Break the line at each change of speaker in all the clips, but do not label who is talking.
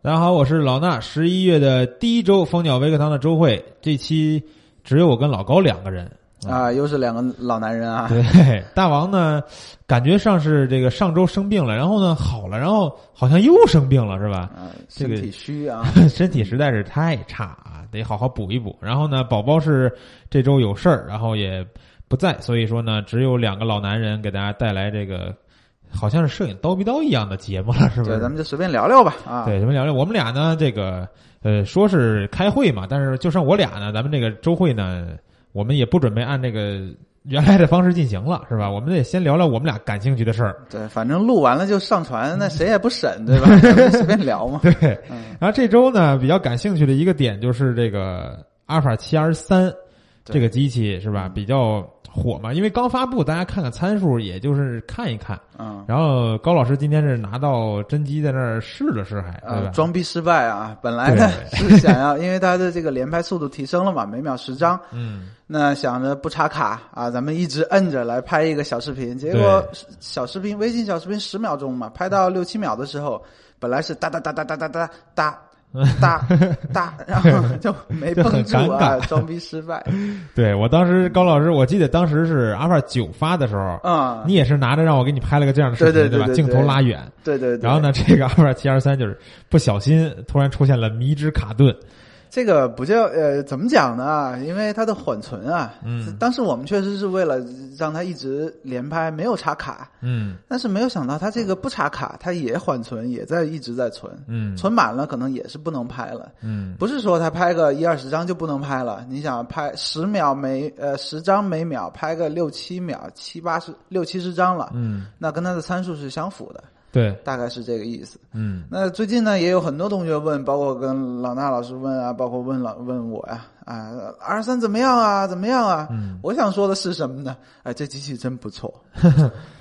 大家好，我是老衲。十一月的第一周，蜂鸟微课堂的周会，这期只有我跟老高两个人。
啊，又是两个老男人啊，
嗯对，大王呢，感觉上是这个上周生病了，然后呢好了，然后好像又生病了，是吧？
啊，
这
身
个
体虚啊，
身体实在 是太差啊，得好好补一补。然后呢，宝宝是这周有事儿，然后也不在，所以说呢，只有两个老男人给大家带来这个好像是摄影叨逼叨一样的节目了，是不
对，
是？
咱们就随便聊聊吧啊，
对，咱们聊聊我们俩呢，这个呃，说是开会嘛，但是就剩我俩呢，咱们这个周会呢，我们也不准备按这个原来的方式进行了，是吧？我们得先聊聊我们俩感兴趣的事儿。
对，反正录完了就上传，那谁也不 审，对吧？咱们随便聊嘛，
嗯对，
嗯，
然后这周呢，比较感兴趣的一个点就是这个阿尔法七 R 三
对嗯
这个机器是吧，比较火嘛，因为刚发布，大家看看参数，也就是看一看。
嗯，
然后高老师今天是拿到真机在那儿试了试，还对
呃
吧，？
装逼失败啊，本来呢是想要，因为它的这个连拍速度提升了嘛，每秒十张，
嗯，
那想着不插卡啊，咱们一直摁着来拍一个小视频，结果小视频微信小视频十秒钟嘛，拍
嗯
到六七秒的时候，本来是哒哒哒哒哒哒哒哒。 哒哒，然后就没
就很
绷住啊
尴，
装逼失败。
对我当时高老师，我记得当时是阿尔法九发的时候，
嗯，
你也是拿着让我给你拍了个这样的视频，
对对对
吧？
对对
镜头拉远，
对对对。
然后？呢，这个阿尔法七 R 三就是不小心突然出现了迷之卡顿，
这个不叫呃，怎么讲呢？因为它的缓存啊，
嗯
当时我们确实是为了让它一直连拍，没有插卡，
嗯
但是没有想到它这个不插卡，它也缓存，也在一直在存，
嗯
存满了可能也是不能拍了。
嗯，
不是说它拍个一二十张就不能拍了，你想拍十秒每呃十张每秒拍个六七秒七八十六七十张了，
嗯，
那跟它的参数是相符的，
对，
大概是这个意思。
嗯
那最近呢，也有很多同学问，包括跟老衲老师问啊，包括问老问我呀、啊，r 三怎么样啊？怎么样啊？
嗯，
我想说的是什么呢？哎，这机器真不错。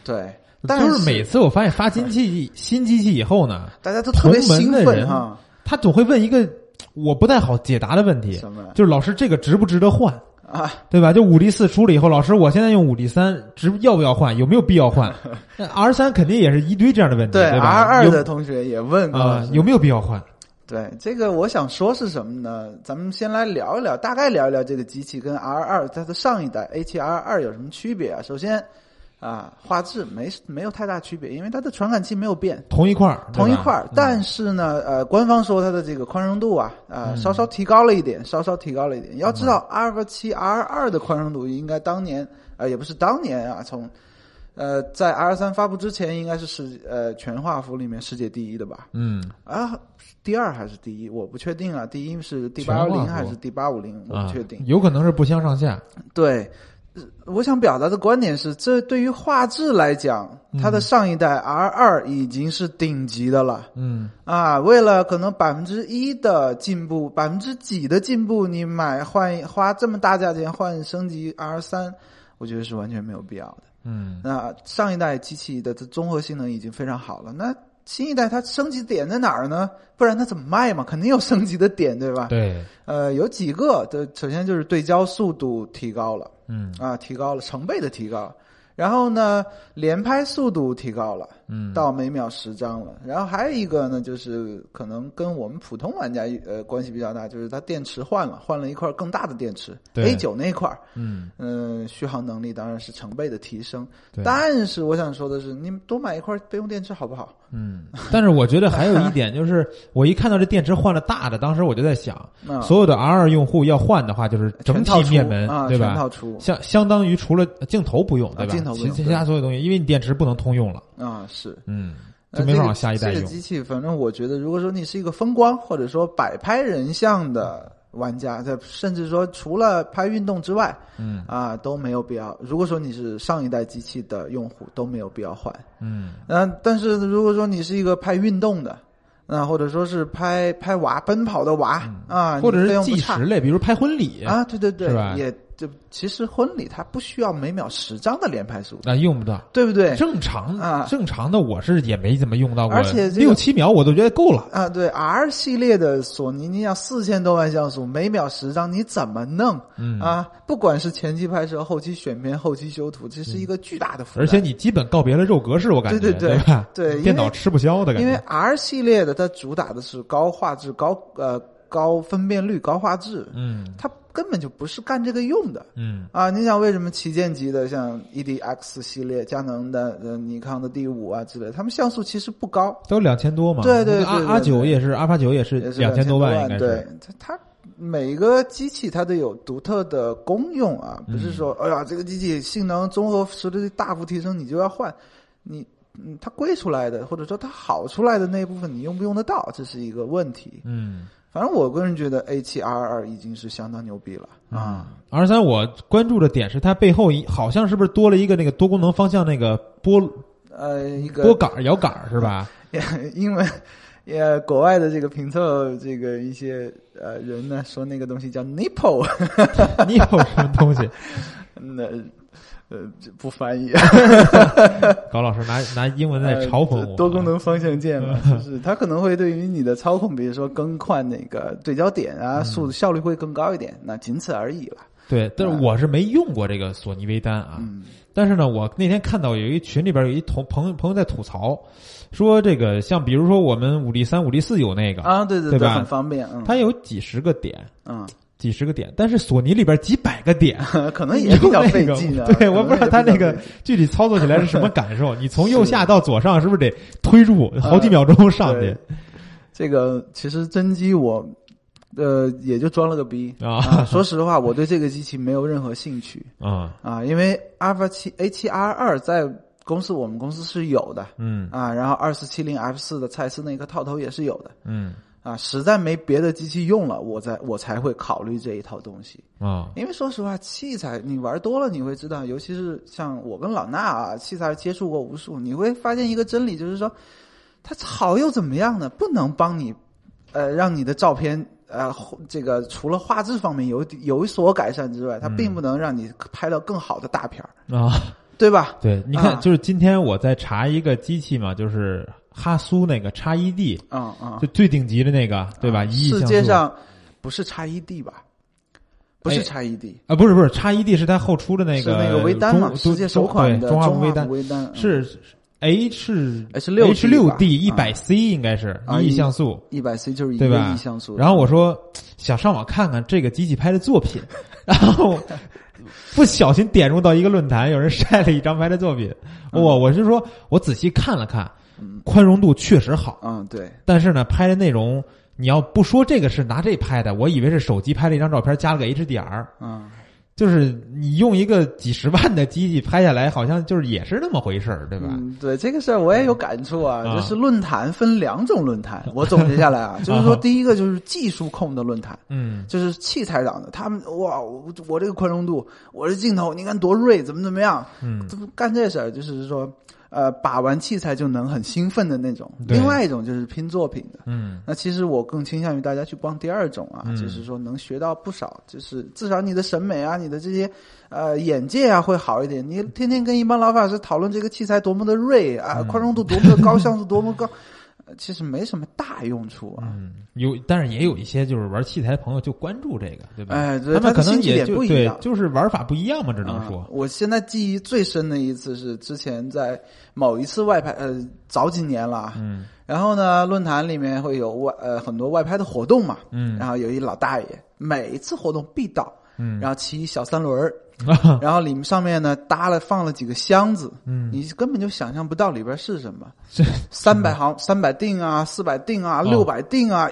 对，但
就是每次我发现发新机器新机器以后呢，
大家都特别
同
兴
门的人
奋哈，
他总会问一个我不太好解答的问题，
什么
就是老师这个值不值得换，
啊？
对吧？就五 D 四出了以后，老师我现在用五 D 三，值要不要 换？有没有必要换？那 R 三肯定也是一堆这样的问题，对
，R
吧？
二
有
的同学也问过
啊、
老师
有没有必要换？
对这个，我想说是什么呢？咱们先来聊一聊，大概聊一聊这个机器跟 R 二它的上一代 A 7 R 二有什么区别啊？首先，啊，画质没没有太大区别，因为它的传感器没有变，
同一块儿，
同一块
儿，
儿。但是呢，呃，官方说它的这个宽容度啊，呃，稍稍提高了一点，稍稍提高了一点。要知道，R 7 R 二的宽容度应该当年，呃，也不是当年啊，从，呃，在 R 3发布之前，应该是世呃全画幅里面世界第一的吧？
嗯
啊，第二还是第一，我不确定啊。第一是第
全
八
画
幺零
幅
还是第八五零，我
啊
不确定。
有可能是不相上下。
对，呃我想表达的观点是，这对于画质来讲，它的上一代 R 二已经是顶级的了。
嗯
啊，为了可能百分之一的进步，百分之几的进步，你买换花这么大价钱换升级 R 三，我觉得是完全没有必要的。
嗯
那上一代机器的综合性能已经非常好了，那新一代它升级点在哪儿呢？不然它怎么卖嘛？肯定有升级的点，对吧？
对，
呃，有几个的，首先就是对焦速度提高了
嗯
啊，提高了成倍的提高，然后呢，连拍速度提高了。
嗯
到每秒十张了，然后还有一个呢，就是可能跟我们普通玩家呃关系比较大，就是它电池换了，换了一块更大的电池
对
，A 九那一块儿，
嗯，
嗯、续航能力当然是成倍的提升。
对，
但是我想说的是，你们多买一块备用电池好不好？
嗯，但是我觉得还有一点就是，我一看到这电池换了大的，当时我就在想，
那、
所有的 R 二用户要换的话，就是整
嗯全套
体
出
面门
啊，，
对
全
吧？
套出
相相当于除了呃镜头不用，
啊
对吧？
镜头不
其
用
其
对
他所有东西，因为你电池不能通用了，
啊是。
嗯，
呃
就没法
这个
往下一代
这
用
个。机器，反正我觉得，如果说你是一个风光或者说摆拍人像的玩家，在甚至说除了拍运动之外，
嗯
啊都没有必要。如果说你是上一代机器的用户，都没有必要换。
嗯
嗯、但是如果说你是一个拍运动的，那、或者说是拍拍娃奔跑的娃、啊，
嗯或者
你费
是
用不
计
差
时类，比如拍婚礼，
啊，对对对
是吧，
也就其实婚礼它不需要每秒十张的连拍速度，
那啊用不到。
对不对？
正常
啊
正常的我是也没怎么用到过，
而且这个
六七秒我都觉得够了。
啊，对 R 系列的索尼，你想四千多万像素，每秒十张，你怎么弄、
嗯
啊？不管是前期拍摄、后期选片、后期修图，这是一个巨大的负
嗯
担。
而且你基本告别了肉格式，我感觉
对对对
吧？
对因为
电脑吃不消的感
因为
觉。
R 系列的它主打的是高画质、高呃高分辨率、高画质，
嗯
它根本就不是干这个用的。
嗯
啊，你想为什么旗舰级的像 EDX 系列、佳能的、呃尼康的 D 五啊之类的，他们像素其实不高，
都两千多嘛。
对对对
阿
对对
阿九也是，阿帕九也是
也是
两
千
多
万，
应该
对
是。
它它每个机器它都有独特的功用啊，不
嗯
是说、哎呀这个机器性能综合实力大幅提升你就要换，你嗯它贵出来的或者说它好出来的那一部分你用不用得到，这是一个问题。
嗯
反正我个人觉得 A 7 R 二已经是相当牛逼了
嗯
啊。
，R 三我关注的点是它背后一好像是不是多了一个那个多功能方向那个拨
呃，一个
拨杆儿摇杆儿是 吧？
因为也国外的这个评测这个一些呃人呢说那个东西叫 nipple，
你有什么东西？
那呃这不翻译，呃
高老师拿拿英文在嘲讽我。啊
多功能方向键 嘛，就是它可能会对于你的操控，比如说更换那个对焦点
嗯
啊，速度效率会更高一点，那仅此而已了。
对，但是
啊
我是没用过这个索尼微单啊。
嗯
但是呢，我那天看到有一群里边有一同朋友朋友在吐槽，说这个像比如说我们五 D 三、五 D 四有那个，
啊，对
对
对，
吧
很方便，嗯
它有几十个点，
嗯，
几十个点，但是索尼里边几百个点，
可能也比较费劲
你用那个
啊。
对，
可能
我不知道
也
它
比较
那个
费劲
具体操作起来是什么感受。你从右下到左上是不是得推住好几秒钟上去
对这个其实真机我呃也就装了个逼
啊？
说实话，我对这个机器没有任何兴趣
啊，
啊，因为 Alpha 七 A 七 R 二在公司我们公司是有的
嗯
啊，然后二四七零 F 四的蔡司那个套头也是有的
嗯
啊，实在没别的机器用了，我才我才会考虑这一套东西。
啊，
因为说实话，器材你玩多了你会知道，尤其是像我跟老衲啊，器材接触过无数，你会发现一个真理，就是说，它好又怎么样呢？不能帮你，呃，让你的照片呃这个除了画质方面有有所改善之
嗯
外，它并不能让你拍到更好的大片儿，
啊。
对吧？
对，你看，
啊
就是今天我在查一个机器嘛，就是哈苏那个叉 ED，
嗯嗯，
就最顶级的那个，对吧？一亿像
啊世
素
界上不是差一 D 吧？不
哎
是差一 D，
啊，不是不是，叉 ED 是它后出的那
是那
个
个微单嘛？
中
世界首款
对
的
中华
华
文微单
微单嗯
是 H
H6D
H 六
吧
D 一
啊
百 C 应该是
啊
一亿
一
像素，
一百 C 就是一
对
个
吧
亿像素的，
然后我说想上网看看这个机器拍的作 品，然后不小心点入到一个论坛，有人晒了一张拍的作品，我、
嗯
我是说我仔细看了看
嗯，
宽容度确实好，
嗯，对，
但是呢，拍的内容你要不说这个是拿这拍的，我以为是手机拍了一张照片加了个 HDR，
嗯，
就是你用一个几十万的机器拍下来，好像就是也是那么回事儿，对吧？
嗯，对这个事儿我也有感触啊，
啊
就是论坛分两种论坛，我总结下 来啊，就是说第一个就是技术控的论坛。
嗯
就是器材党的，他们哇，我我这个宽容度，我这镜头，你看多锐，怎么怎么样，
嗯
这不干这事儿，就是说，呃，把玩器材就能很兴奋的那种。
对
另外一种就是拼作品的，
嗯
那其实我更倾向于大家去帮第二种啊，
嗯
就是说能学到不少，就是至少你的审美啊，你的这些呃眼界啊会好一点。你天天跟一帮老法师讨论这个器材多么的锐啊，
嗯
宽容度多么的高，像素多么高，呃其实没什么大用处啊。
嗯，有，但是也有一些就是玩器材的朋友就关注这嗯个，对吧？
哎，对，
他
它
们
的
可能
兴趣
也
点
就
不一
对
样，。
就是玩法不一样嘛，只能
啊
说，
我现在记忆最深的一次是之前在某一次外拍，呃，早几年了啊，
嗯
然后呢，论坛里面会有外呃很多外拍的活动嘛，
嗯
然后有一老大爷，每一次活动必到，
嗯
然后骑小三轮儿，
啊
然后里面上面呢搭了放了几个箱子，
嗯，
你根本就想象不到里边是什么，
这
三百毫三百锭啊，四百锭啊，
嗯哦
六百锭啊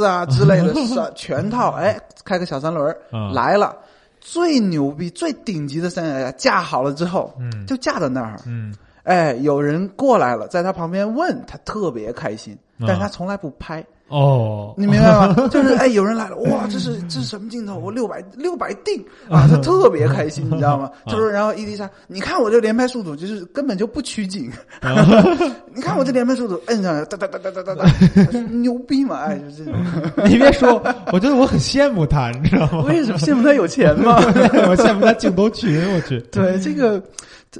啊之类的，是全套，哎，开个小三轮儿
啊
来了，最牛逼、最顶级的三脚架架好了之后，
嗯
就架在那儿，
嗯
哎，有人过来了，在他旁边问他，特别开心，
啊
但是他从来不拍，
哦，
你明白吗？就是哎，有人来了，哇，这是这是什么镜头？我六百六百定啊，他特别开心，你知 道吗？他说，然后伊丽莎，你看我这连拍速度，就是根本就不取景，
啊
你看我这连拍速度，摁上来，哒哒哒哒哒哒 哒，牛逼嘛！哎，就是这种。
你别说，我觉得我很羡慕他，你知道吗？
为什么羡慕他有钱嘛？
我羡慕他镜头群，我去。
对这个，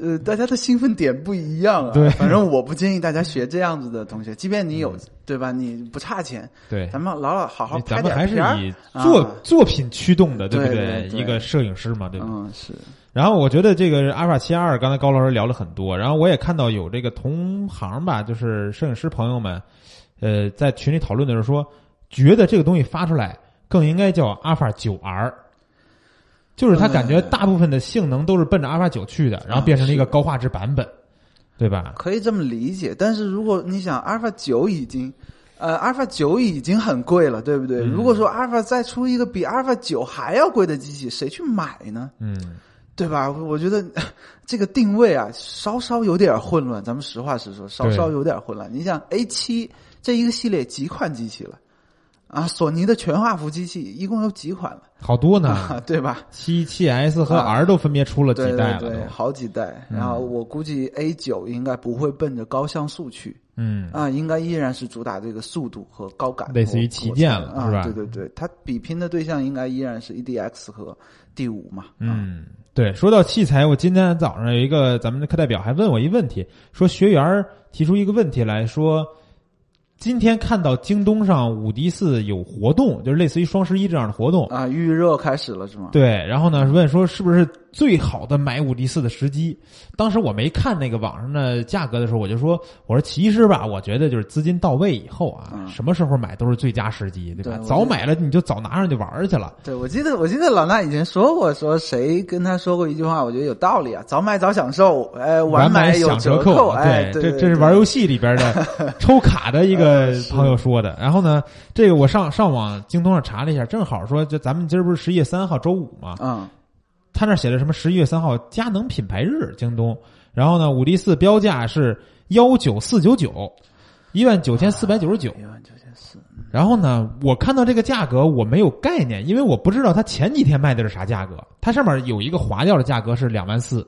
呃，大家的兴奋点不一样啊。
对
反正我不建议大家学这样子的同学，即便你有，对吧？你不差钱，
对，
咱们老老好好拍
咱们
点
还是
片儿
以
啊
作、作品驱动的，不
对对对
一个摄影师嘛，对吧？
嗯是
然后我觉得这个阿尔法七二，刚才高老师聊了很多，然后我也看到有这个同行吧，就是摄影师朋友们，呃，在群里讨论的时候说，觉得这个东西发出来更应该叫阿尔法九 R，就是他感觉
嗯
大部分的性能都是奔着阿尔法九去的，然后变成了一个高画质版本，对吧？
可以这么理解。但是如果你想，阿尔法九已经。呃，阿尔法九已经很贵了，对不对？
嗯
如果说阿尔法再出一个比阿尔法九还要贵的机器，谁去买呢？
嗯，
对吧？我觉得 这个定位啊，稍稍有点混乱。咱们实话实说，稍稍有点混乱。你想 A 七这一个系列几款机器了？啊，索尼的全画幅机器一共有几款了？
好多 呢，
啊，对吧？
七七 S 和
啊
R 都分别出了几
对
代
对
了都嗯
对，，好几代。然后我估计 A 九应该不会奔着高像素去
嗯，
啊，应该依然是主打这个速度和高感，
类似于
我
旗舰了
我猜啊
是吧
对对对，它比拼的对象应该依然是 EDX 和 D 五嘛。啊，
嗯，对，说到器材，我今天早上有一个咱们的课代表还问我一问题，说学员儿提出一个问题来说，今天看到京东上五 D 四有活动，就是类似于双十一这样的活动，
啊，预热开始了是吗？
对，然后呢问说是不是最好的买五 D 四的时机？当时我没看那个网上的价格的时候，我就说我说其实吧，我觉得就是资金到位以后啊，
嗯
什么时候买都是最佳时机，对吧？
对我
早
觉得
买了你就早拿上去玩儿去了。
对，我记得我记得老衲以前说过，说谁跟他说过一句话，我觉得有道理啊，早买早享受，哎，晚
买
有
享折
扣，哎
对，，
对
这
对
这是
对
玩游戏里边 的抽卡的一个
呃是
朋友说的。然后呢，这个我上上网京东上查了一下，正好说，就咱们今儿不是十一月三号周五嘛，
嗯，
他那写的什么十一月三号佳能品牌日，京东。然后呢，五 D 四标价是幺九四九九，一万九千四百九十九。
一万九千四，
然后呢，我看到这个价格我没有概念，因为我不知道它前几天卖的是啥价格。它上面有一个划掉的价格是两万四，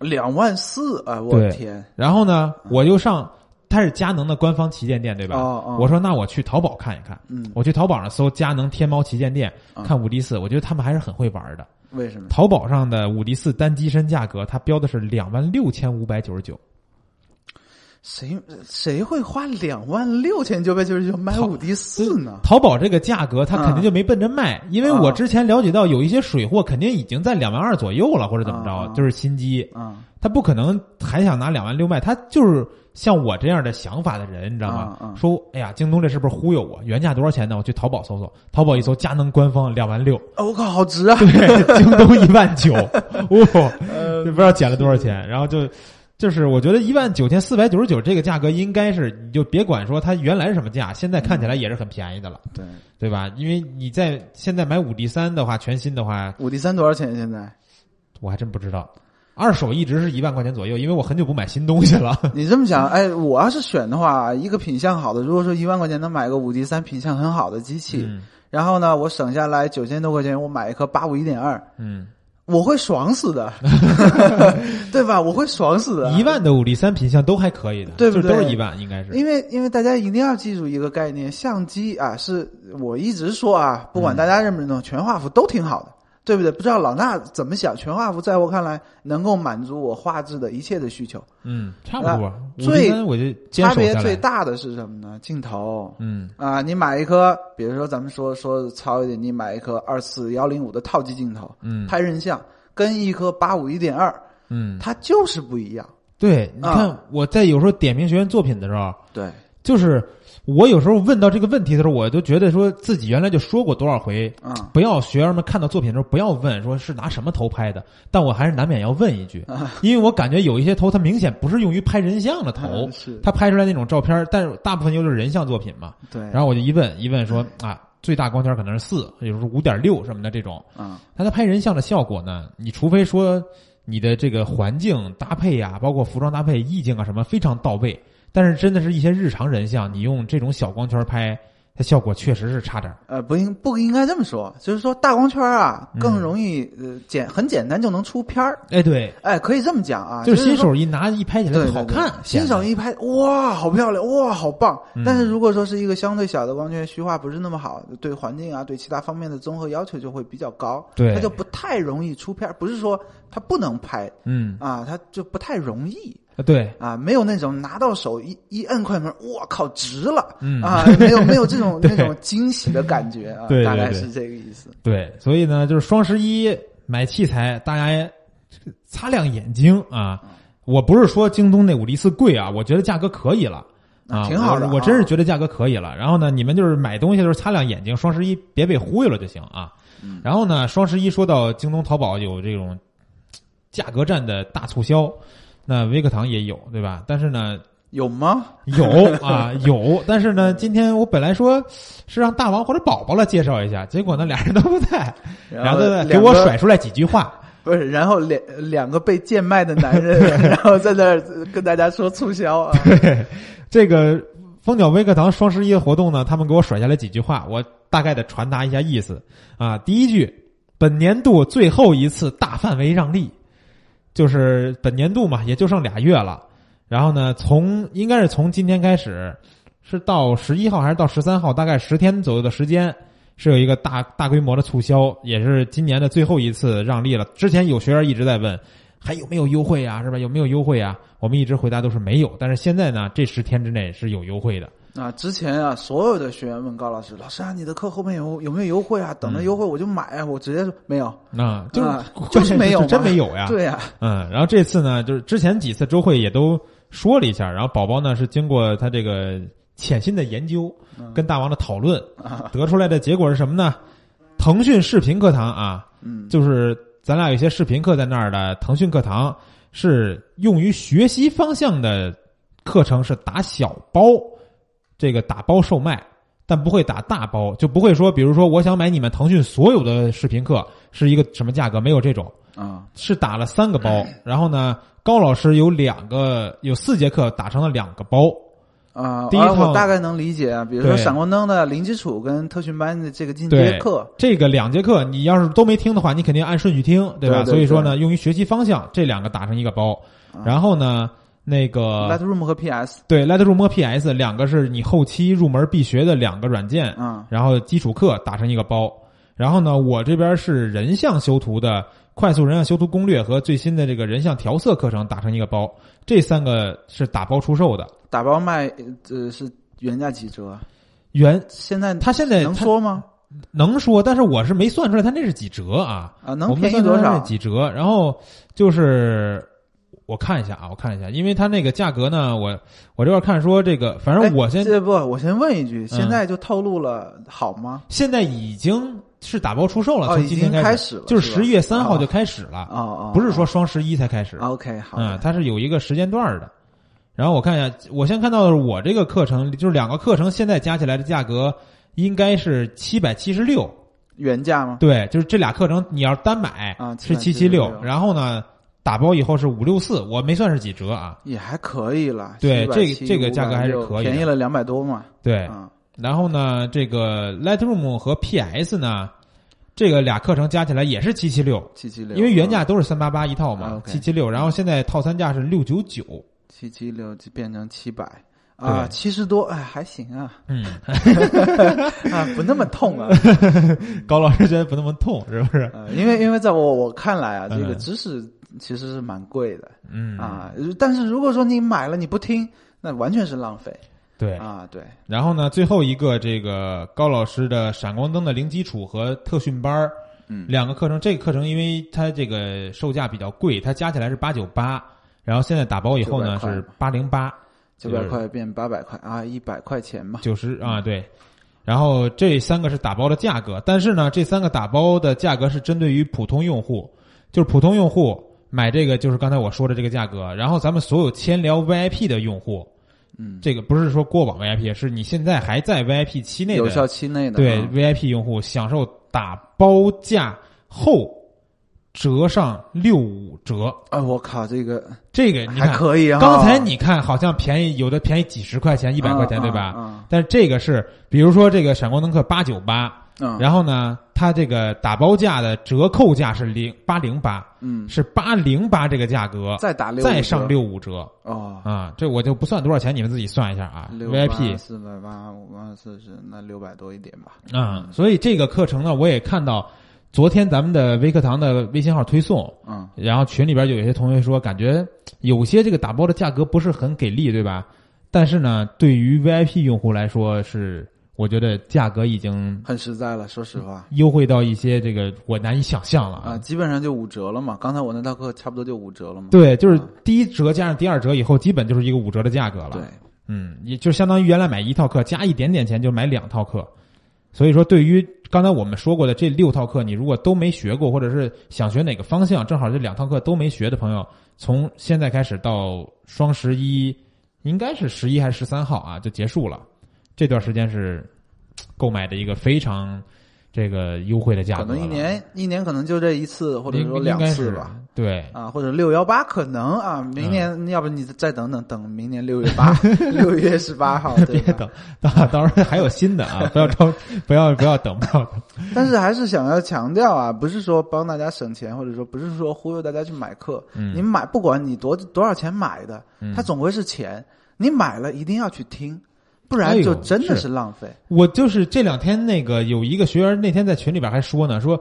两万四啊，我
对
天，
然后呢，我就上，它是佳能的官方旗舰店，对吧？
哦哦
我说那我去淘宝看一看，
嗯，
我去淘宝上搜佳能天猫旗舰店
嗯
看五 D 四，我觉得他们还是很会玩的。
为什么？
淘宝上的五 D 四单机身价格，它标的是两万六千五百九十九，
谁谁会花两万六千九百九十九买五 D 四呢？
淘宝这个价格它肯定
嗯
就没奔着卖，因为
啊
我之前了解到有一些水货肯定已经在两万二左右了，或者怎么着，
啊啊
就是新机，
啊，
他不可能还想拿两万六卖，他就是像我这样的想法的人，你知道吗？
嗯嗯
说，哎呀，京东这是不是忽悠我？原价多少钱呢？我去淘宝搜
嗯
搜，淘宝一搜，佳能官方两万六，
哦我靠，好值啊！
对，京东一万九，哇、
呃
这不知道减了多少钱，然后就。就是我觉得一万九千四百九十九这个价格应该是，你就别管说它原来是什么价，现在看起来也是很便宜的了，
对，
对吧？因为你在现在买五 D 三的话，全新的话，
五 D 三多少钱啊 现在？
我还真不知道。二手一直是一万块钱左右，因为我很久不买新东西了。
你这么想，哎，我要是选的话，一个品相好的，如果说一万块钱能买个五 D 三品相很好的机器，
嗯
然后呢，我省下来九千多块钱，我买一颗八五一点二，
嗯，
我会爽 死的，对吧？我会爽死的。
一，万的五 D 三品相都还可以的，
对不
就是都是
对
一万，应该是。
因为因为大家一定要记住一个概念，相机啊，是我一直说啊，不管大
嗯
家认不认同，全画幅都挺好的，对不对？不知道老衲怎么想，全画幅在我看来能够满足我画质的一切的需求。
嗯，差不多。五
啊最
D 三我就坚
差
守
别
下
最
来。
大的是什么呢？镜头。
嗯
啊，你买一颗，比如说咱们说说糙一点，你买一颗二四幺零五的套机镜头，
嗯
拍人像，跟一颗八五一点二，
嗯，
它就是不一样。
对，你看
啊
我在有时候点评学员作品的时候，
对，
就是我有时候问到这个问题的时候，我都觉得说自己原来就说过多少回，
嗯，
不要学员们看到作品的时候不要问说是拿什么头拍的，但我还是难免要问一句，
啊
因为我感觉有一些头它明显不是用于拍人像的头
嗯，是
它拍出来那种照片，但是大部分又是人像作品嘛，
对，
然后我就一问一问说
嗯
啊，最大光圈可能是四，有时候五点六什么的这种。
啊，
但它拍人像的效果呢，你除非说你的这个环境搭配啊，包括服装搭配、意境啊什么非常到位，但是真的是一些日常人像，你用这种小光圈拍，它效果确实是差点儿。
呃，不应不应该这么说，就是说大光圈啊
嗯
更容易呃简很简单就能出片儿，
哎，对，
哎，可以这么讲啊，
就是是新
说
手一拿一拍起
对
来好看，
新手一拍，哇，好漂亮，哇，好棒。
嗯
但是如果说是一个相对小的光圈，虚化不是那么好，对环境啊，对其他方面的综合要求就会比较高，
对
它就不太容易出片儿。不是说它不能拍
嗯，
啊，它就不太容易
对，
啊，没有那种拿到手一一摁快门，我靠，直了。
嗯
啊，没有没有这种
对
那种惊喜的感觉啊，
对对
大概
对
是这个意思。
对，所以呢，就是双十一买器材，大家也擦亮眼睛啊！我不是说京东那五力四贵啊，我觉得价格可以了。啊，
挺好的
我
啊
我真是觉得价格可以了。然后呢，你们就是买东西就是擦亮眼睛，双十一别被忽悠了就行啊。
嗯
然后呢，双十一说到京东、淘宝有这种价格战的大促销，那微课堂也有，对吧？但是呢，
有吗？
有啊，有，但是呢，今天我本来说是让大王或者宝宝来介绍一下，结果呢，俩人都不在，然后呢
两
给我
个
甩出来几句话，
不是，然后两两个被贱卖的 男人，然后在那儿跟大家说促销啊，
这个蜂鸟微课堂双十一活动呢，他们给我甩下来几句话，我大概的传达一下意思啊。第一句，本年度最后一次大范围让利，就是本年度嘛，也就剩俩月了。然后呢，从应该是从今天开始，是到十一号还是到十三号，大概十天左右的时间。是有一个大大规模的促销，也是今年的最后一次让利了。之前有学员一直在问，还有没有优惠啊？是吧？有没有优惠啊？我们一直回答都是没有，但是现在呢，这十天之内是有优惠的。
啊，之前啊，所有的学员问高老师：“老师啊，你的课后面有有没有优惠啊？等着优惠我就买啊！”我直接说没有。
那、就是、
啊
关键
就是没有嘛
真没有呀。，
对呀、
嗯，然后这次呢，就是之前几次周会也都说了一下，然后宝宝呢是经过他这个潜心的研究
嗯
跟大王的讨论，
啊，
得出来的结果是什么呢？腾讯视频课堂啊，
嗯，
就是咱俩有些视频课在那儿的，腾讯课堂是用于学习方向的课程，是打小包，这个打包售卖，但不会打大包，就不会说，比如说我想买你们腾讯所有的视频课是一个什么价格，没有这种，
啊，
是打了三个包，然后呢，高老师有两个有四节课打成了两个包，
啊，
第一
啊
套
我大概能理解啊，比如说
对
闪光灯的零基础跟特训班的这个进
对
阶课，
这个两节课你要是都没听的话，你肯定按顺序听，对吧？
对对
所以说呢，用于学习方向，这两个打成一个包，
啊
然后呢，那个
Lightroom 嗯和 PS
对 Lightroom 和 PS 两个是你后期入门必学的两个软件，
啊，
然后基础课打成一个包，然后呢，我这边是人像修图的快速人像修图攻略和最新的这个人像调色课程打成一个包，这三个是打包出售的。
打包卖呃是原价几折啊？
原
现在
他现在
能
他
说吗？
能说，但是我是没算出来他那是几折啊。
啊，
我
能
们
便宜
算出
多
来
少
是？几折？然后就是我看一下啊，我看一下，因为它那个价格呢，我我这边看说这个，反
哎
正我现
这不，我先问一句，
嗯
现在就透露了好吗？
现在已经是打包出售了，
哦，
从
已
今
经
天
开
始，
始了，
就是
吧
十一月三号就开始了，
哦哦，
不是说双十一才开始
哦。OK 好的，
嗯，它是有一个时间段儿的。然后我看一下，我先看到的是我这个课程，就是两个课程现在加起来的价格应该是七百七十六，
原价吗？
对，就是这俩课程你要单买
啊
是七七六，
776
然后呢打包以后是五六四，我没算是几折啊。
也还可以啦，
对
770
这个这个价格还是可以的
便宜了两百多嘛。
对，
啊，
然后呢这个 Lightroom 和 PS 呢，这个俩课程加起来也是七七六，
七七六，嗯
因为原价都是三八八一套
啊
嘛，
，OK
七七六，然后现在套餐价是六九九，
七七六就变成七百啊，
对
七十多哎还行啊
嗯，
啊不那么痛啊，
高老师觉得不那么痛是不是？
呃因为因为在我我看来啊，这个
嗯
知识其实是蛮贵的
嗯，
啊，但是如果说你买了你不听，那完全是浪费
对。
啊，对，
然后呢，最后一个这个高老师的闪光灯的零基础和特训班儿
嗯
两个课程，这个课程因为它这个售价比较贵，它加起来是八九八，然后现在打包以后呢
900块
是八零八，
九百块变八百块啊，一百块钱嘛，
九十啊对。然后这三个是打包的价格，但是呢，这三个打包的价格是针对于普通用户，就是普通用户买这个就是刚才我说的这个价格，然后咱们所有千聊 VIP 的用户，
嗯，
这个不是说过往 VIP，是你现在还在 VIP 期内的
有效期内的
对
啊
VIP 用户享受打包价后折上六五折，
啊，我靠，这个
这个你
还
看，
可以啊。
刚才你看好像便宜，有的便宜几十块钱、一百块钱，对吧？
嗯
但是这个是，比如说这个闪光灯课八九八，
嗯，
然后呢，它这个打包价的折扣价是零八零八，
嗯，
是八零八这个价格，
再打六，
再上六五折
哦，
啊！这我就不算多少钱，你们自己算一下啊。
六八
VIP
四百八五万四十，那六百多一点吧。
啊，所以这个课程呢，我也看到昨天咱们的微课堂的微信号推送，
嗯，
然后群里边就有些同学说，感觉有些这个打包的价格不是很给力，对吧？但是呢，对于 VIP 用户来说是，我觉得价格已经
很实在了，说实话。
优惠到一些这个我难以想象了
啊、基本上就五折了嘛。刚才我那套课差不多就五折了嘛。
对，就是
啊
第一折加上第二折以后，基本就是一个五折的价格了。
对，
嗯，也就相当于原来买一套课加一点点钱就买两套课，所以说对于刚才我们说过的这六套课，你如果都没学过，或者是想学哪个方向，正好这两套课都没学的朋友，从现在开始到双十一，应该是十一还是十三号啊就结束了，这段时间是嘖购买的一个非常这个优惠的价格
可
了，
能一年一年可能就这一次或者说
应
两
应该
次
是
吧。，
对， 嗯
啊，或者六幺八可能啊，明年、要不你再等等，等明年六月八， 六月十八号，对
别
吧？
等，到到时候还有新的啊！不要着，不要不要等，不要等。
但是还是想要强调啊，不是说帮大家省钱，或者说不是说忽悠大家去买课。
嗯
你买不管你多多少钱买的，
嗯
它总归是钱。你买了一定要去听，不然
哎
就
呦
真的
是
是浪费。
我就是这两天那个有一个学员，那天在群里边还说呢，说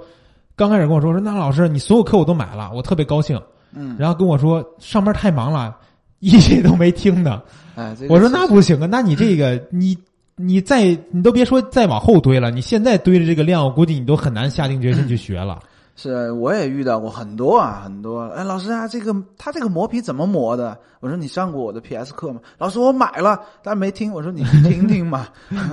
刚开始跟我说说，那老师你所有课我都买了，我特别高兴。
嗯，
然后跟我说上班太忙了， 一节都没听呢。
哎，这个
我说
是
那不行啊，那你这个你你再你都别说再往后堆了，你现在堆的这个量，我估计你都很难下定决心去学 了。
是，我也遇到过很多啊，很多。哎，老师啊，这个他这个磨皮怎么磨的？我说你上过我的 PS 课吗？老师，我买了，但没听。我说你去听听 嘛，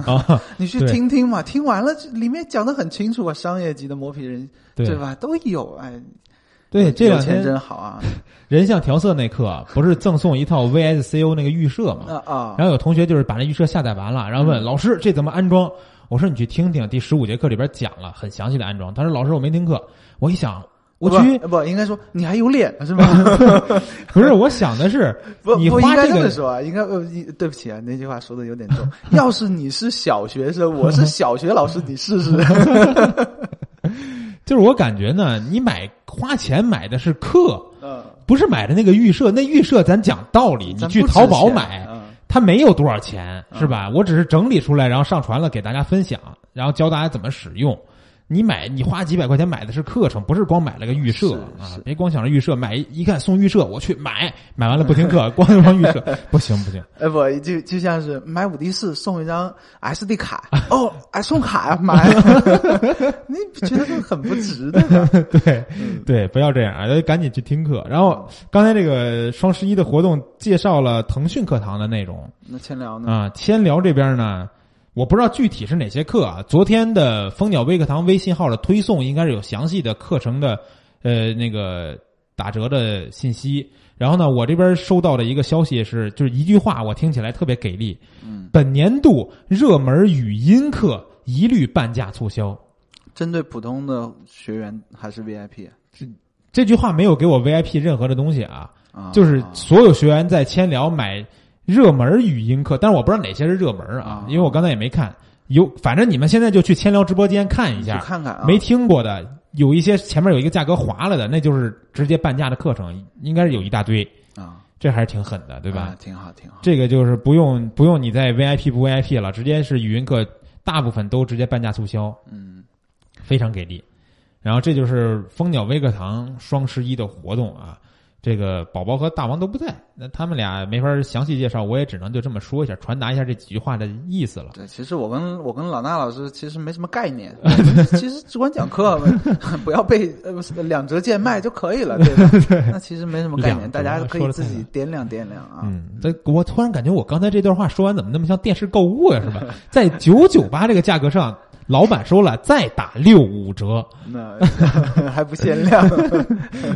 啊，
你去
对
听听嘛，听完了这里面讲的很清楚啊，商业级的磨皮人
对
吧？都有，哎，
对，这
有
两
钱
天
真好 啊，
人像调色那课不是赠送一套 VSCO 那个预设吗？
啊啊，嗯
然后有同学就是把那预设下载完了，然后问、老师这怎么安装？我说你去听听，第十五节课里边讲了，很详细的安装。他说老师我没听课，我一想我
不
去，
不应该说你还有脸啊是吗？
不是我想的是
不
你
不应
花
该
这
这么
个
说啊，应该呃，一对不起啊，那句话说的有点重。要是你是小学生，我是小学老师，你试 试。
就是我感觉呢，你买花钱买的是课，
嗯，
不是买的那个预设。那预设咱讲道理， 你
咱
去
不值
淘宝
钱
买，
嗯
它没有多少钱，是吧？我只是整理出来，然后上传了给大家分享，然后教大家怎么使用。你买，你花几百块钱买的是课程，不是光买了个预设
是
啊
是！
别光想着预设，买一看送预设，我去买，买完了不听课， 光光预设，不行不行。
哎不，就就像是买五 D 四送一张 SD 卡哦，哎送卡呀、买， 你不觉得这很不值的吗？
对对，不要这样，啊！赶紧去听课。然后刚才这个双十一的活动介绍了腾讯课堂的内容，
那千聊呢？
啊，千聊这边呢，我不知道具体是哪些课啊。昨天的蜂鸟微课堂微信号的推送应该是有详细的课程的呃那个打折的信息。然后呢，我这边收到的一个消息是，就是一句话，我听起来特别给力。
嗯，
本年度热门语音课一律半价促销。
针对普通的学员还是 VIP
这句话没有给我 VIP 任何的东西啊，
啊？
就是
啊
所有学员在千聊买热门语音课，但是我不知道哪些是热门
啊
啊，因为我刚才也没看。有，反正你们现在就去千聊直播间看一
你去
下，
看看啊，
没听过的，有一些前面有一个价格划了的，那就是直接半价的课程，应该是有一大堆，
啊，
这还是挺狠的，对吧？
啊挺好，挺好。
这个就是不用不用你再 VIP 不 VIP 了，直接是语音课，大部分都直接半价促销，
嗯，
非常给力。然后这就是蜂鸟微课堂双十一的活动啊，这个宝宝和大王都不在，那他们俩没法详细介绍，我也只能就这么说一下，传达一下这几句话的意思了。
对，其实我跟我跟老衲老师其实没什么 概念，我们其实只管讲课， 不要被呃不是两折贱卖就可以了，对吧？那其实没什么概念，
两折
大家可以
说得
自
太
己
好
掂量掂量啊。
嗯，这我突然感觉我刚才这段话说完，怎么那么像电视购物啊呀、是吧？在九九八这个价格上，老板说了再打六五折，
那 还不 限量。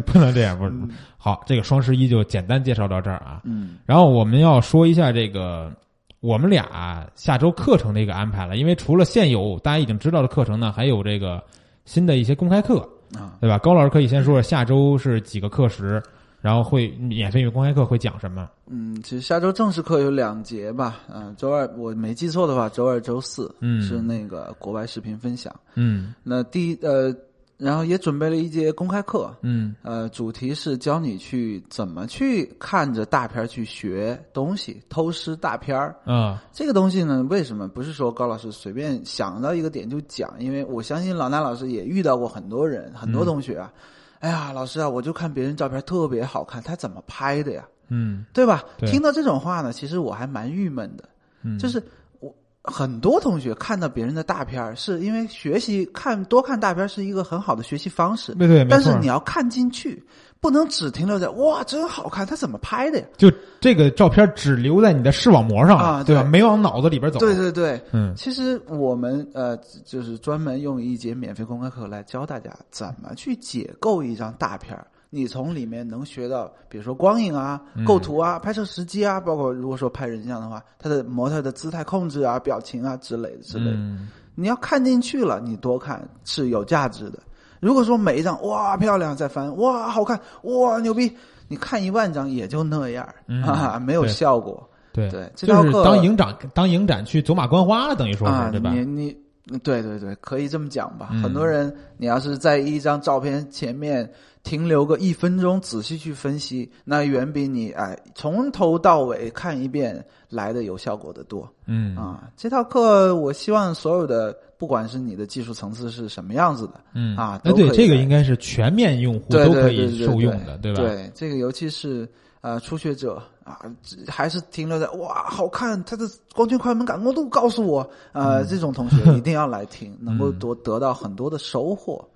不能这样，不是？好，这个双十一就简单介绍到这儿啊。
嗯
然后我们要说一下这个我们俩下周课程的一个安排了，因为除了现有大家已经知道的课程呢，还有这个新的一些公开课。
啊，
对吧？高老师可以先说说下周是几个课时，然后会免费公开课会讲什么？
嗯，其实下周正式课有两节吧，嗯、周二我没记错的话，周二、周四
嗯
是那个国外视频分享。
嗯
那第一呃，然后也准备了一节公开课，
嗯
呃，主题是教你去怎么去看着大片儿去学东西，偷师大片儿。
啊
这个东西呢，为什么不是说高老师随便想到一个点就讲？因为我相信老衲老师也遇到过很多人，很
嗯
多同学啊，哎呀，老师啊，我就看别人照片特别好看，他怎么拍的呀？
嗯
对吧？
对
听到这种话呢，其实我还蛮郁闷的。
嗯，
就是我很多同学看到别人的大片儿，是因为学习看多看大片儿是一个很好的学习方式，
对对，没
但是
错
你。要看进去，不能只停留在哇真好看，他怎么拍的呀？
就这个照片只留在你的视网膜上了，
啊
对吧？
对
没往脑子里边走。
对，对对，
嗯
其实我们呃就是专门用一节免费公开课来教大家怎么去解构一张大片儿。你从里面能学到，比如说光影啊、
嗯
构图啊、拍摄时机啊，包括如果说拍人像的话，他的模特的姿态控制啊、表情啊之类的之类的。
嗯
你要看进去了，你多看是有价值的。如果说每一张哇漂亮再翻，哇好看，哇牛逼，你看一万张也就那样、
嗯
啊，没有
对
效果。
对，
对，这
就
堂
是
课
当影展当影展去走马观花了，等于说
啊
是，对吧？
你你对对对，可以这么讲吧。
嗯
很多人，你要是在一张照片前面停留个一分钟，仔细去分析，那远比你哎从头到尾看一遍来的有效果的多。
嗯
啊，这套课我希望所有的，不管是你的技术层次是什么样子的，
嗯
啊
哎
都
对，
可以
这个
来
应该是全面用户
对
都
对
可
对
以
对
受
对
用的，对吧？
对，这个尤其是呃初学者啊，只还是停留在哇好看，它的光圈、快门、感光度告诉我，
嗯
呃，这种 同学一定要来听，能够多得到很多的收获。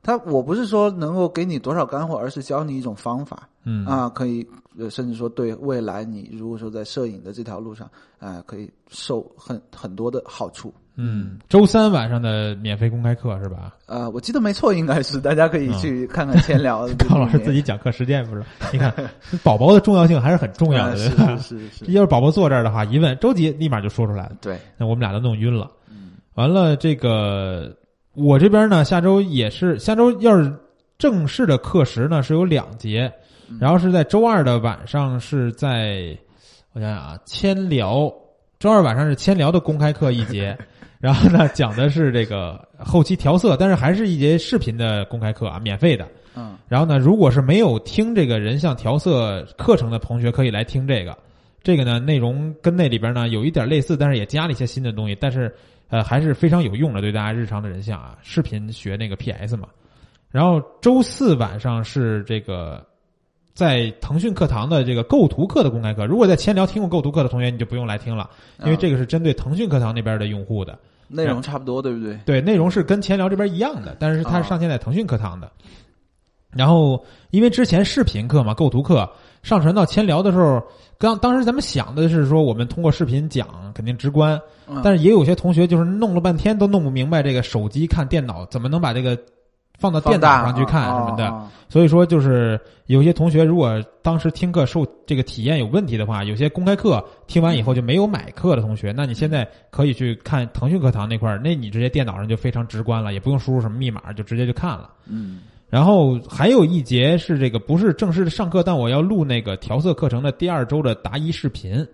他我不是说能够给你多少干货，而是教你一种方法
嗯
啊，可以呃甚至说对未来你如果说在摄影的这条路上啊、呃可以受很很多的好处。
嗯，周三晚上的免费公开课是吧？
呃，我记得没错，应该是大家可以去看看闲聊的这里面。
嗯高老师自己讲课时间不是？你看宝宝的重要性还是很重要
啊
的，
是
对吧？
是是是，
要是宝宝坐这儿的话，一问周吉立马就说出来了，
对，嗯
那我们俩都弄晕了。完了，这个我这边呢，下周也是下周要是正式的课时呢是有两节，
嗯
然后是在周二的晚上是在我想想啊，千聊周二晚上是千聊的公开课一节。然后呢，讲的是这个后期调色，但是还是一节视频的公开课啊，免费的。
嗯。
然后呢，如果是没有听这个人像调色课程的同学，可以来听这个。这个呢，内容跟那里边呢有一点类似，但是也加了一些新的东西，但是呃还是非常有用的，对大家日常的人像啊，视频学那个 PS 嘛。然后周四晚上是这个在腾讯课堂的这个构图课的公开课，如果在千聊听过构图课的同学，你就不用来听了，因为这
个
个是针对腾讯课堂那边的用户的。
嗯内容差不多，对不对？
对，内容是跟前聊这边一样的，但是
啊
它是上线在腾讯课堂的。然后，因为之前视频课嘛，构图课上传到千聊的时候，刚当时咱们想的是说，我们通过视频讲肯定直观，
嗯
但是也有些同学就是弄了半天都弄不明白这个手机看电脑怎么能把这个放到电脑
放大
上去看
啊
什么的。
啊
所以说，就是有些同学如果当时听课受这个体验有问题的话，有些公开课听完以后就没有买课的同学，那你现在可以去看腾讯课堂那块儿，那你直接电脑上就非常直观了，也不用输入什么密码，就直接就看了。
嗯
然后还有一节是这个不是正式的上课，但我要录那个调色课程的第二周的答疑视频。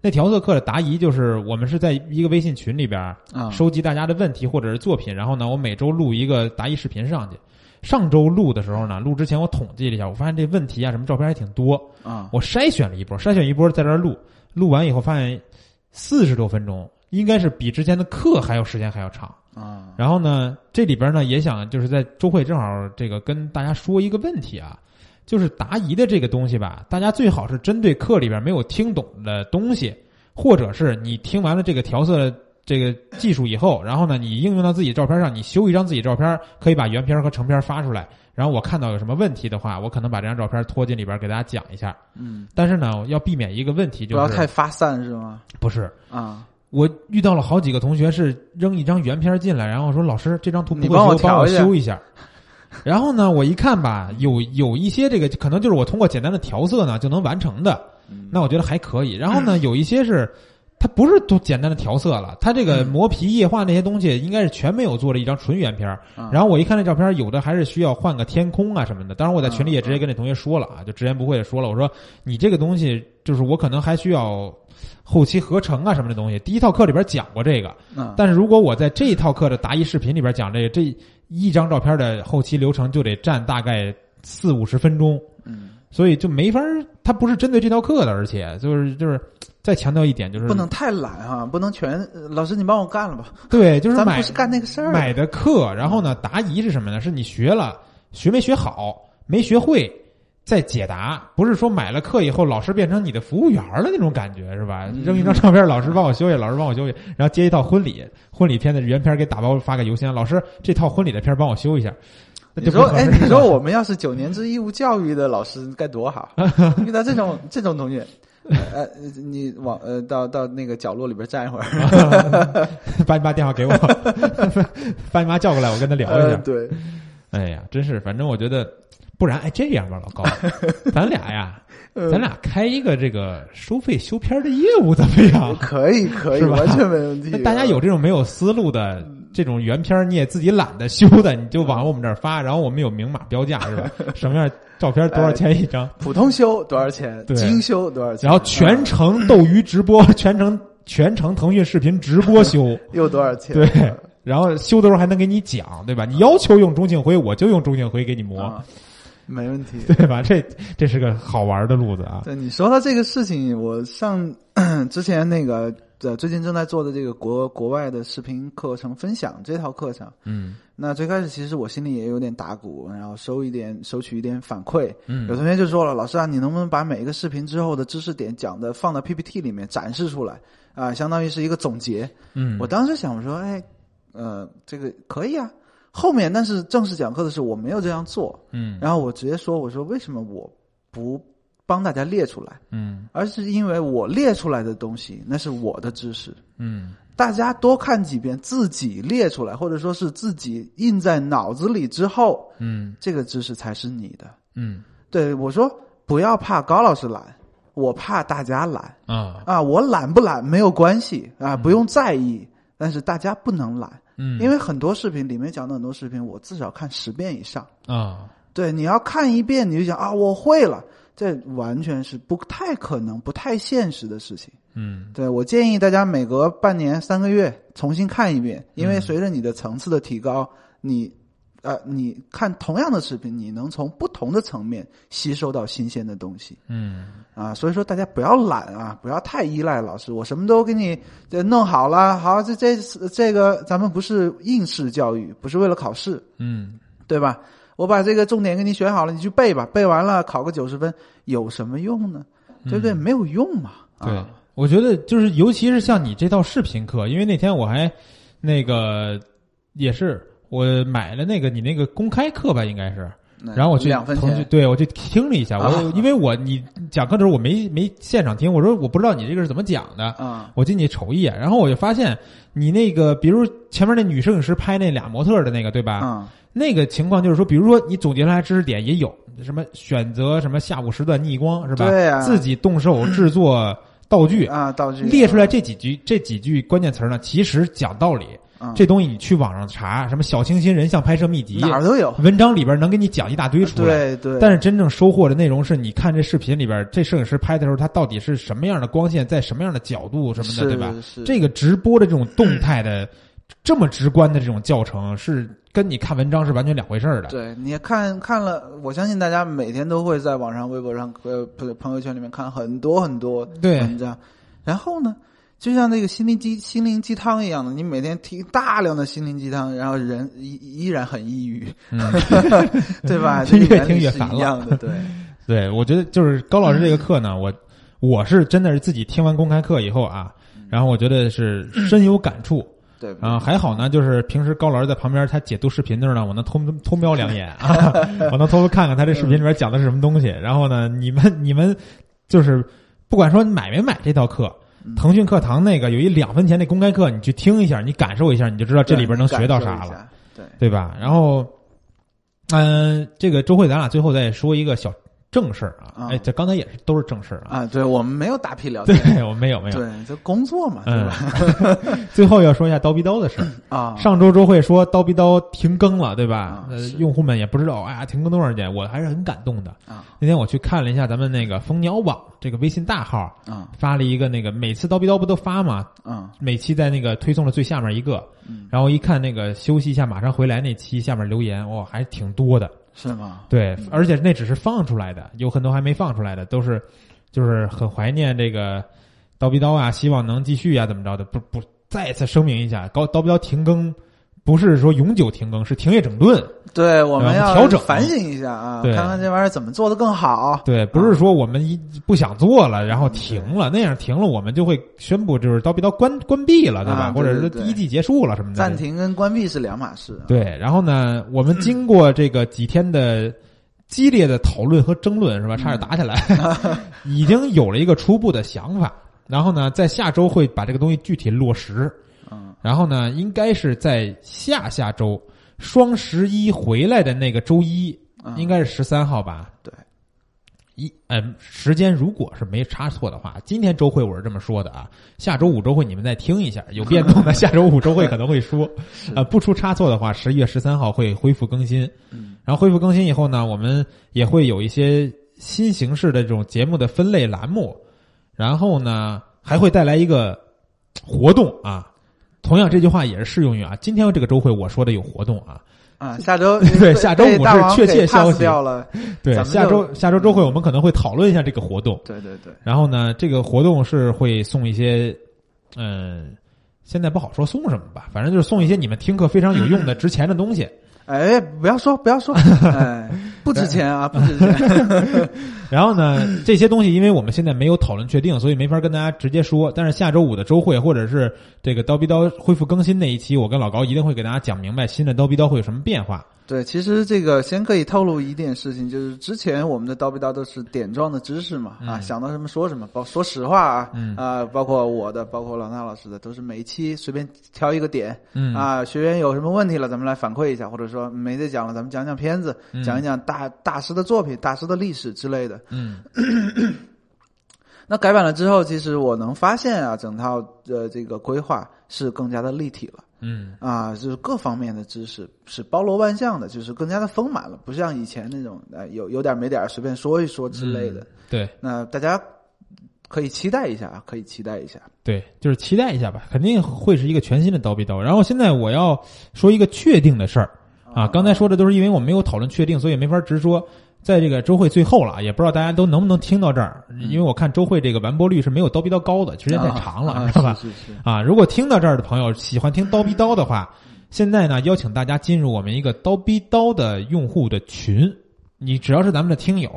那调色课的答疑就是我们是在一个微信群里边儿，
啊，
收集大家的问题或者是作品，然后呢，我每周录一个答疑视频上去。上周录的时候呢，录之前我统计了一下，我发现这问题啊，什么照片还挺多，
啊，
我筛选了一波，筛选一波在这儿录，录完以后发现四十多分钟，应该是比之前的课还要时间还要长。
啊
然后呢，这里边呢也想就是在周会正好这个跟大家说一个问题啊，就是答疑的这个东西吧，大家最好是针对课里边没有听懂的东西，或者是你听完了这个调色这个技术以后，然后呢你应用到自己照片上，你修一张自己照片，可以把原片和成片发出来。然后我看到有什么问题的话，我可能把这张照片拖进里边给大家讲一下。
嗯，
但是呢，要避免一个问题
不
就是
要太发散是吗？
不 是。
啊，
我遇到了好几个同学是扔一张原片进来，然后说老师这张图不
你
会
帮我
修，帮我
调一下
修一下。 然后呢，我一看吧，有有一些这个可能就是我通过简单的调色呢就能完成的，
嗯
那我觉得还可以。然后呢，有一些是它不是都简单的调色了，它这个
嗯
磨皮、液化那些东西，应该是全没有做了一张纯原片儿。
嗯
然后我一看那照片，有的还是需要换个天空啊什么的。当然我在群里也直接跟那同学说了啊，就直言不讳的说了，我说你这个东西就是我可能还需要后期合成啊什么的东西。第一套课里边讲过这个，
嗯，
但是如果我在这一套课的答疑视频里边讲这个，这一张照片的后期流程就得占大概四五十分钟，
嗯，
所以就没法儿，它不是针对这套课的，而且就是就是再强调一点就是
不能太懒哈，不能全呃老师你帮我干了吧，
对，就是
咱
买
不是干那个事儿的，
买的课，然后呢，答疑是什么呢？是你学了学没学好，没学会再解答，不是说买了课以后老师变成你的服务员了那种感觉是吧？
嗯
扔一张照片，老师帮我修一下，老师帮我修一下，然后接一套婚礼婚礼片的原片给打包发个邮箱，老师这套婚礼的片帮我修一下。那
你
就
说，
不合
哎，
适
你
了
说我们要是九年制义务教育的老师该 多好！遇到这种这种同学，呃，呃你往呃到到那个角落里边站一会儿，
把你妈电话给我， 把你妈叫过来，我跟她聊一
呃
下。
对，
哎呀，真是，反正我觉得，不然哎这样吧， 老高，咱俩呀，
呃
咱俩开一个这个收费修片的业务怎么样？
呃可以啊可以，
啊是吧
完全没问题
那。大家有这种没有思路的这种原片，儿，你也自己懒得修的，你就往我们这儿发，然后我们有明码标价是吧？ 什么样照片多少钱一张？
普通修多少钱？
对
精修多少钱？
然后全
啊
程斗鱼直播，全程全程腾讯视频直播修，
又多少钱？啊
对。然后修的时候还能给你讲，对吧？你要求用中性灰，我就用中性灰给你磨，
啊，没问题。
对吧？这这是个好玩的路子啊！
对你说到这个事情，我上之前那个呃最近正在做的这个国国外的视频课程分享这套课程。
嗯
那最开始其实我心里也有点打鼓，然后收一点收取一点反馈。有
嗯
同学就说了，老师啊，你能不能把每一个视频之后的知识点讲的放到 PPT 里面展示出来啊、相当于是一个总结。
嗯，
我当时想说，哎，呃，这个可以啊。后面但是正式讲课的时候我没有这样做，
嗯
然后我直接说，我说为什么我不帮大家列出来，
嗯
而是因为我列出来的东西那是我的知识，
嗯
大家多看几遍，自己列出来，或者说是自己印在脑子里之后，
嗯
这个知识才是你的。
嗯
对我说，不要怕高老师懒，我怕大家懒
啊
啊，我懒不懒没有关系啊，不用在意。但是大家不能懒，
嗯，
因为很多视频里面讲的很多视频，我至少看十遍以上。
啊
对，你要看一遍你就想啊，我会了，这完全是不太可能、不太现实的事情。
嗯
对我建议大家每隔半年、三个月重新看一遍，
嗯
因为随着你的层次的提高，你呃，你看同样的视频，你能从不同的层面吸收到新鲜的东西
嗯。
啊。所以说，大家不要懒啊，不要太依赖老师，我什么都给你呃弄好了，好，这这这个咱们不是应试教育，不是为了考试，
嗯
对吧？我把这个重点给你选好了，你去背吧，背完了考个九十分有什么用呢？对不对？没有用嘛。，
嗯对
啊、，
我觉得就是尤其是像你这套视频课，因为那天我还那个也是我买了那个你那个公开课吧，应该是，
那
然后我去
嗯两分
腾讯
钱。
对我去听了一下，我
啊
因为我你讲课的时候我没没现场听，我说我不知道你这个是怎么讲的。
啊，
我进去瞅一眼，然后我就发现你那个，比如前面那女摄影师拍那俩模特的那个，对吧？
嗯
那个情况就是说，比如说你总结出来知识点也有什么选择什么下午时段逆光是吧？
对啊
自己动手制作道具，
啊，道具
列出来这几句这几句关键词儿呢，其实讲道理，
嗯
这东西你去网上查，什么小清新人像拍摄秘籍，
哪儿都有，
文章里边能给你讲一大堆出来。
对对，
但是真正收获的内容是你看这视频里边，这摄影师拍的时候，他到底是什么样的光线，在什么样的角度什么的，
是
对吧？？
是
这个直播的这种动态的、这么直观的这种教程，是跟你看文章是完全两回事儿的。
对，你看看了，我相信大家每天都会在网上、微博上、呃，不是朋友圈里面看很多很多
对
文章，然后呢，就像那个心灵鸡心灵鸡汤一样的，你每天听大量的心灵鸡汤，然后人依依然很抑郁，
嗯
对 吧？
越
这个原
听
理
越
是
烦了
一样的，对，
对，我觉得就是高老师这个课呢，我我是真的是自己听完公开课以后啊，然后我觉得是深有感触
对，
啊、还好呢，就是平时高老师在旁边他解读视频的时候呢，我能偷偷瞄两眼啊，我能偷偷看看他这视频里面讲的是什么东西。然后呢，你们你们就是不管说你买没买这套课。
嗯
腾讯课堂那个有一两分钱的公开课，你去听一下，你感受一下，你就知道这里边能学到啥了。
了，对，
呃对吧？然后，嗯、这个周慧，咱俩最后再说一个小正事儿啊
啊。
哎，这刚才也是都是正事儿啊。
啊，对我们没有打屁聊
对
天，，
我没有没有。
对，就工作嘛，对
嗯
吧？，
最后要说一下刀逼刀的事儿。
啊，
上周周会说刀逼刀停更了，对吧
啊？
呃
是，
用户们也不知道，哎呀，停更多少天，我还是很感动的。
啊
那天我去看了一下咱们那个蜂鸟网这个微信大号，
啊
发了一个那个每次刀逼刀不都发吗？
啊
每期在那个推送的最下面一个，
嗯
然后一看那个休息一下马上回来那期下面留言，哇、还挺多的。
是吗？
对，而且那只是放出来的，有很多还没放出来的，都是就是很怀念这个刀逼刀啊，希望能继续啊，怎么着的？不不，再次声明一下，高刀逼刀停更不是说永久停更，是停业整顿。
对，我们
然后
要
调整
反省一下啊，
对
看看这玩意儿怎么做的更好。
对，不是说我们一不想做了，然
嗯
后停了，那样停了，我们就会宣布就是刀逼刀关关闭了，对吧？
啊对
或者是
对对
第一季结束了什么的。
暂停跟关闭是两码事。
嗯对，然后呢，我们经过这个几天的激烈的讨论和争论，是吧？差点打起来，已经有了一个初步的想法。然后呢，在下周会把这个东西具体落实。
嗯
然后呢，应该是在下下周双十一回来的那个周一，
嗯，
应该是十三号吧？
对。
一嗯，时间如果是没差错的话，今天周会我是这么说的啊，下周五周会你们再听 一下，有变动的下周五周会可能会说。
是
呃，不出差错的话，十一月十三号会恢复更新。
嗯，
然后恢复更新以后呢，我们也会有一些新形式的这种节目的分类栏目，然后呢，还会带来一个活动啊。同样，这句话也是适用于啊，今天这个周会我说的有活动啊，
啊，下周
对下周
被
五
大
是
王
确
给
切消
pass
息
掉了。
对，
咱们
下
就嗯
周下周周会我们可能会讨论一下这个活动，
对对对，
然后呢，这个活动是会送一些，嗯，现在不好说送什么吧，反正就是送一些你们听课非常有 用的、值钱的东西。
哎，不要说不 要说，哎，不值钱啊，不值钱。
然后呢，这些东西因为我们现在没有讨论确定，所以没法跟大家直接说。但是下周五的周会或者是这个刀逼刀恢复更新那一期，我跟老高一定会给大家讲明白新的刀逼刀会有什么变化。
对，其实这个先可以透露一点事情，就是之前我们的叨逼叨都是点状的知识嘛，啊，
嗯
想到什么说什么。包说实话啊，
嗯
啊，包括我的，包括老衲老师的，都是每一期随便挑一个点，
嗯
啊，学员有什么问题了，咱们来反馈一下，或者说没得讲了，咱们讲讲片子，
嗯
讲一讲大大师的作品、大师的历史之类的。
嗯
那改版了之后，其实我能发现啊，整套的这个规划是更加的立体了
嗯
啊，就是各方面的知识是包罗万象的，就是更加的丰满了，不像以前那种呃有有点没点儿随便说一说之类的。
对
那大家可以期待一下啊，可以期待一下。
对，就是期待一下吧，肯定会是一个全新的刀逼刀。然后现在我要说一个确定的事儿啊，刚才说的都是因为我没有讨论确定，所以没法直说。在这个周会最后了，也不知道大家都能不能听到这儿，因为我看周会这个完播率是没有刀逼刀高的，时间太长了，
啊
知道吧？
啊是是是，
啊，如果听到这儿的朋友喜欢听刀逼刀的话，现在呢邀请大家进入我们一个刀逼刀的用户的群，你只要是咱们的听友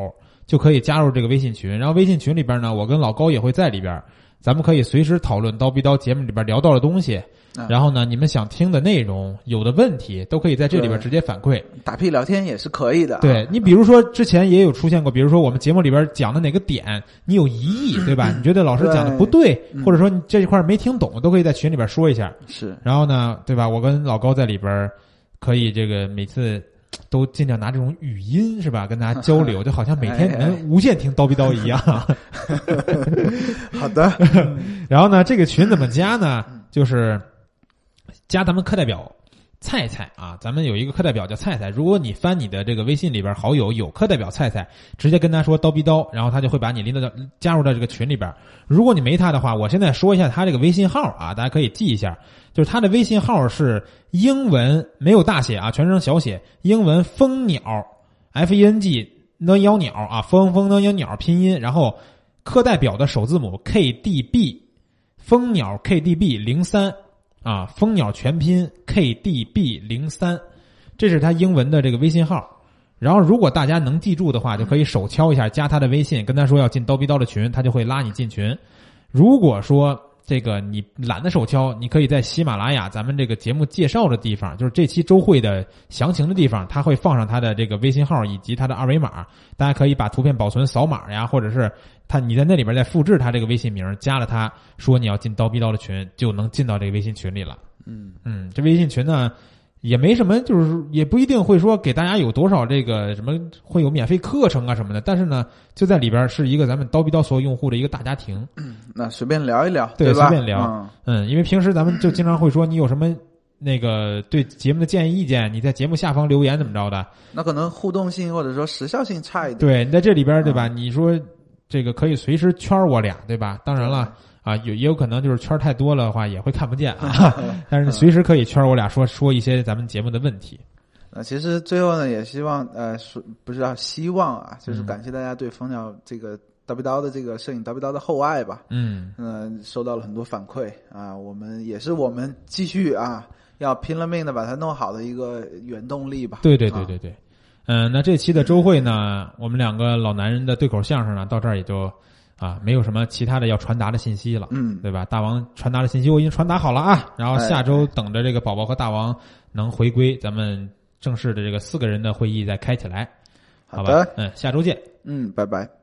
就可以加入这个微信群，然后微信群里边呢，我跟老高也会在里边，咱们可以随时讨论刀逼刀节目里边聊到的东西，
啊
然后呢你们想听的内容有的问题都可以在这里边
对
直接反馈。
打屁聊天也是可以的啊。
对你，比如说之前也有出现过，比如说我们节目里边讲的哪个点你有疑义，对吧？你觉得老师讲的不对，
嗯
或者说你这一块没听懂，都可以在群里边说一下。
是
然后呢，对吧？我跟老高在里边儿可以这个每次都尽量拿这种语音是吧，跟大家交流，就好像每天你能无限听叨逼叨一样。
好 的，
然后呢，这个群怎么加呢？就是加咱们课代表菜菜啊，咱们有一个课代表叫菜菜。如果你翻你的这个微信里边好友有课代表菜菜，直接跟他说叨逼叨，然后他就会把你拎到加入到这个群里边。如果你没他的话，我现在说一下他这个微信号啊，大家可以记一下，就是他的微信号是英文没有大写啊，全称小写，英文蜂鸟 F E N G 呢妖鸟啊，蜂蜂呢妖鸟拼音，然后课代表的首字母 K D B，蜂鸟 K D B 零三啊，蜂鸟全拼 K D B 零三，这是他英文的这个微信号。然后，如果大家能记住的话，就可以手敲一下，加他的微信，跟他说要进刀逼刀的群，他就会拉你进群。如果说这个你懒得手敲，你可以在喜马拉雅咱们这个节目介绍的地方，就是这期周会的详情的地方，他会放上他的这个微信号以及他的二维码，大家可以把图片保存扫码呀，或者是他你在那里边再复制他这个微信名，加了他说你要进刀逼刀的群，就能进到这个微信群里了。
嗯
嗯，这微信群呢，也没什么，就是也不一定会说给大家有多少这个什么会有免费课程啊什么的，但是呢，就在里边是一个咱们叨逼叨所有用户的一个大家庭，
那随便聊一聊，
对
吧？
随便聊
嗯
嗯，因为平时咱们就经常会说你有什么那个对节目的建议意见，你在节目下方留言怎么着的，
那可能互动性或者说时效性差一点。
对你在这里边对吧？你说这个可以随时圈我俩对吧？当然了。啊，有也有可能就是圈太多了的话也会看不见 啊，但
嗯
是随时可以圈我俩说说一些咱们节目的问题。
那其实最后呢，也希望呃，说不知道希望啊，就是
嗯
感谢大家对蜂鸟这个叨逼叨的这个摄影叨逼叨的厚爱吧。
嗯，
嗯、收到了很多反馈啊，我们也是我们继续啊，要拼了命的把它弄好的一个原动力吧。
对对对
啊
对对，嗯、那这期的周会呢，我们两个老男人的对口相声呢，到这儿也就啊，没有什么其他的要传达的信息了，
嗯，
对吧？大王传达的信息我已经传达好了啊，然后
哎
下周等着这个宝宝和大王能回归，咱们正式的这个四个人的会议再开起来，好
好
吧
的，？
嗯，下周见。
嗯，拜拜。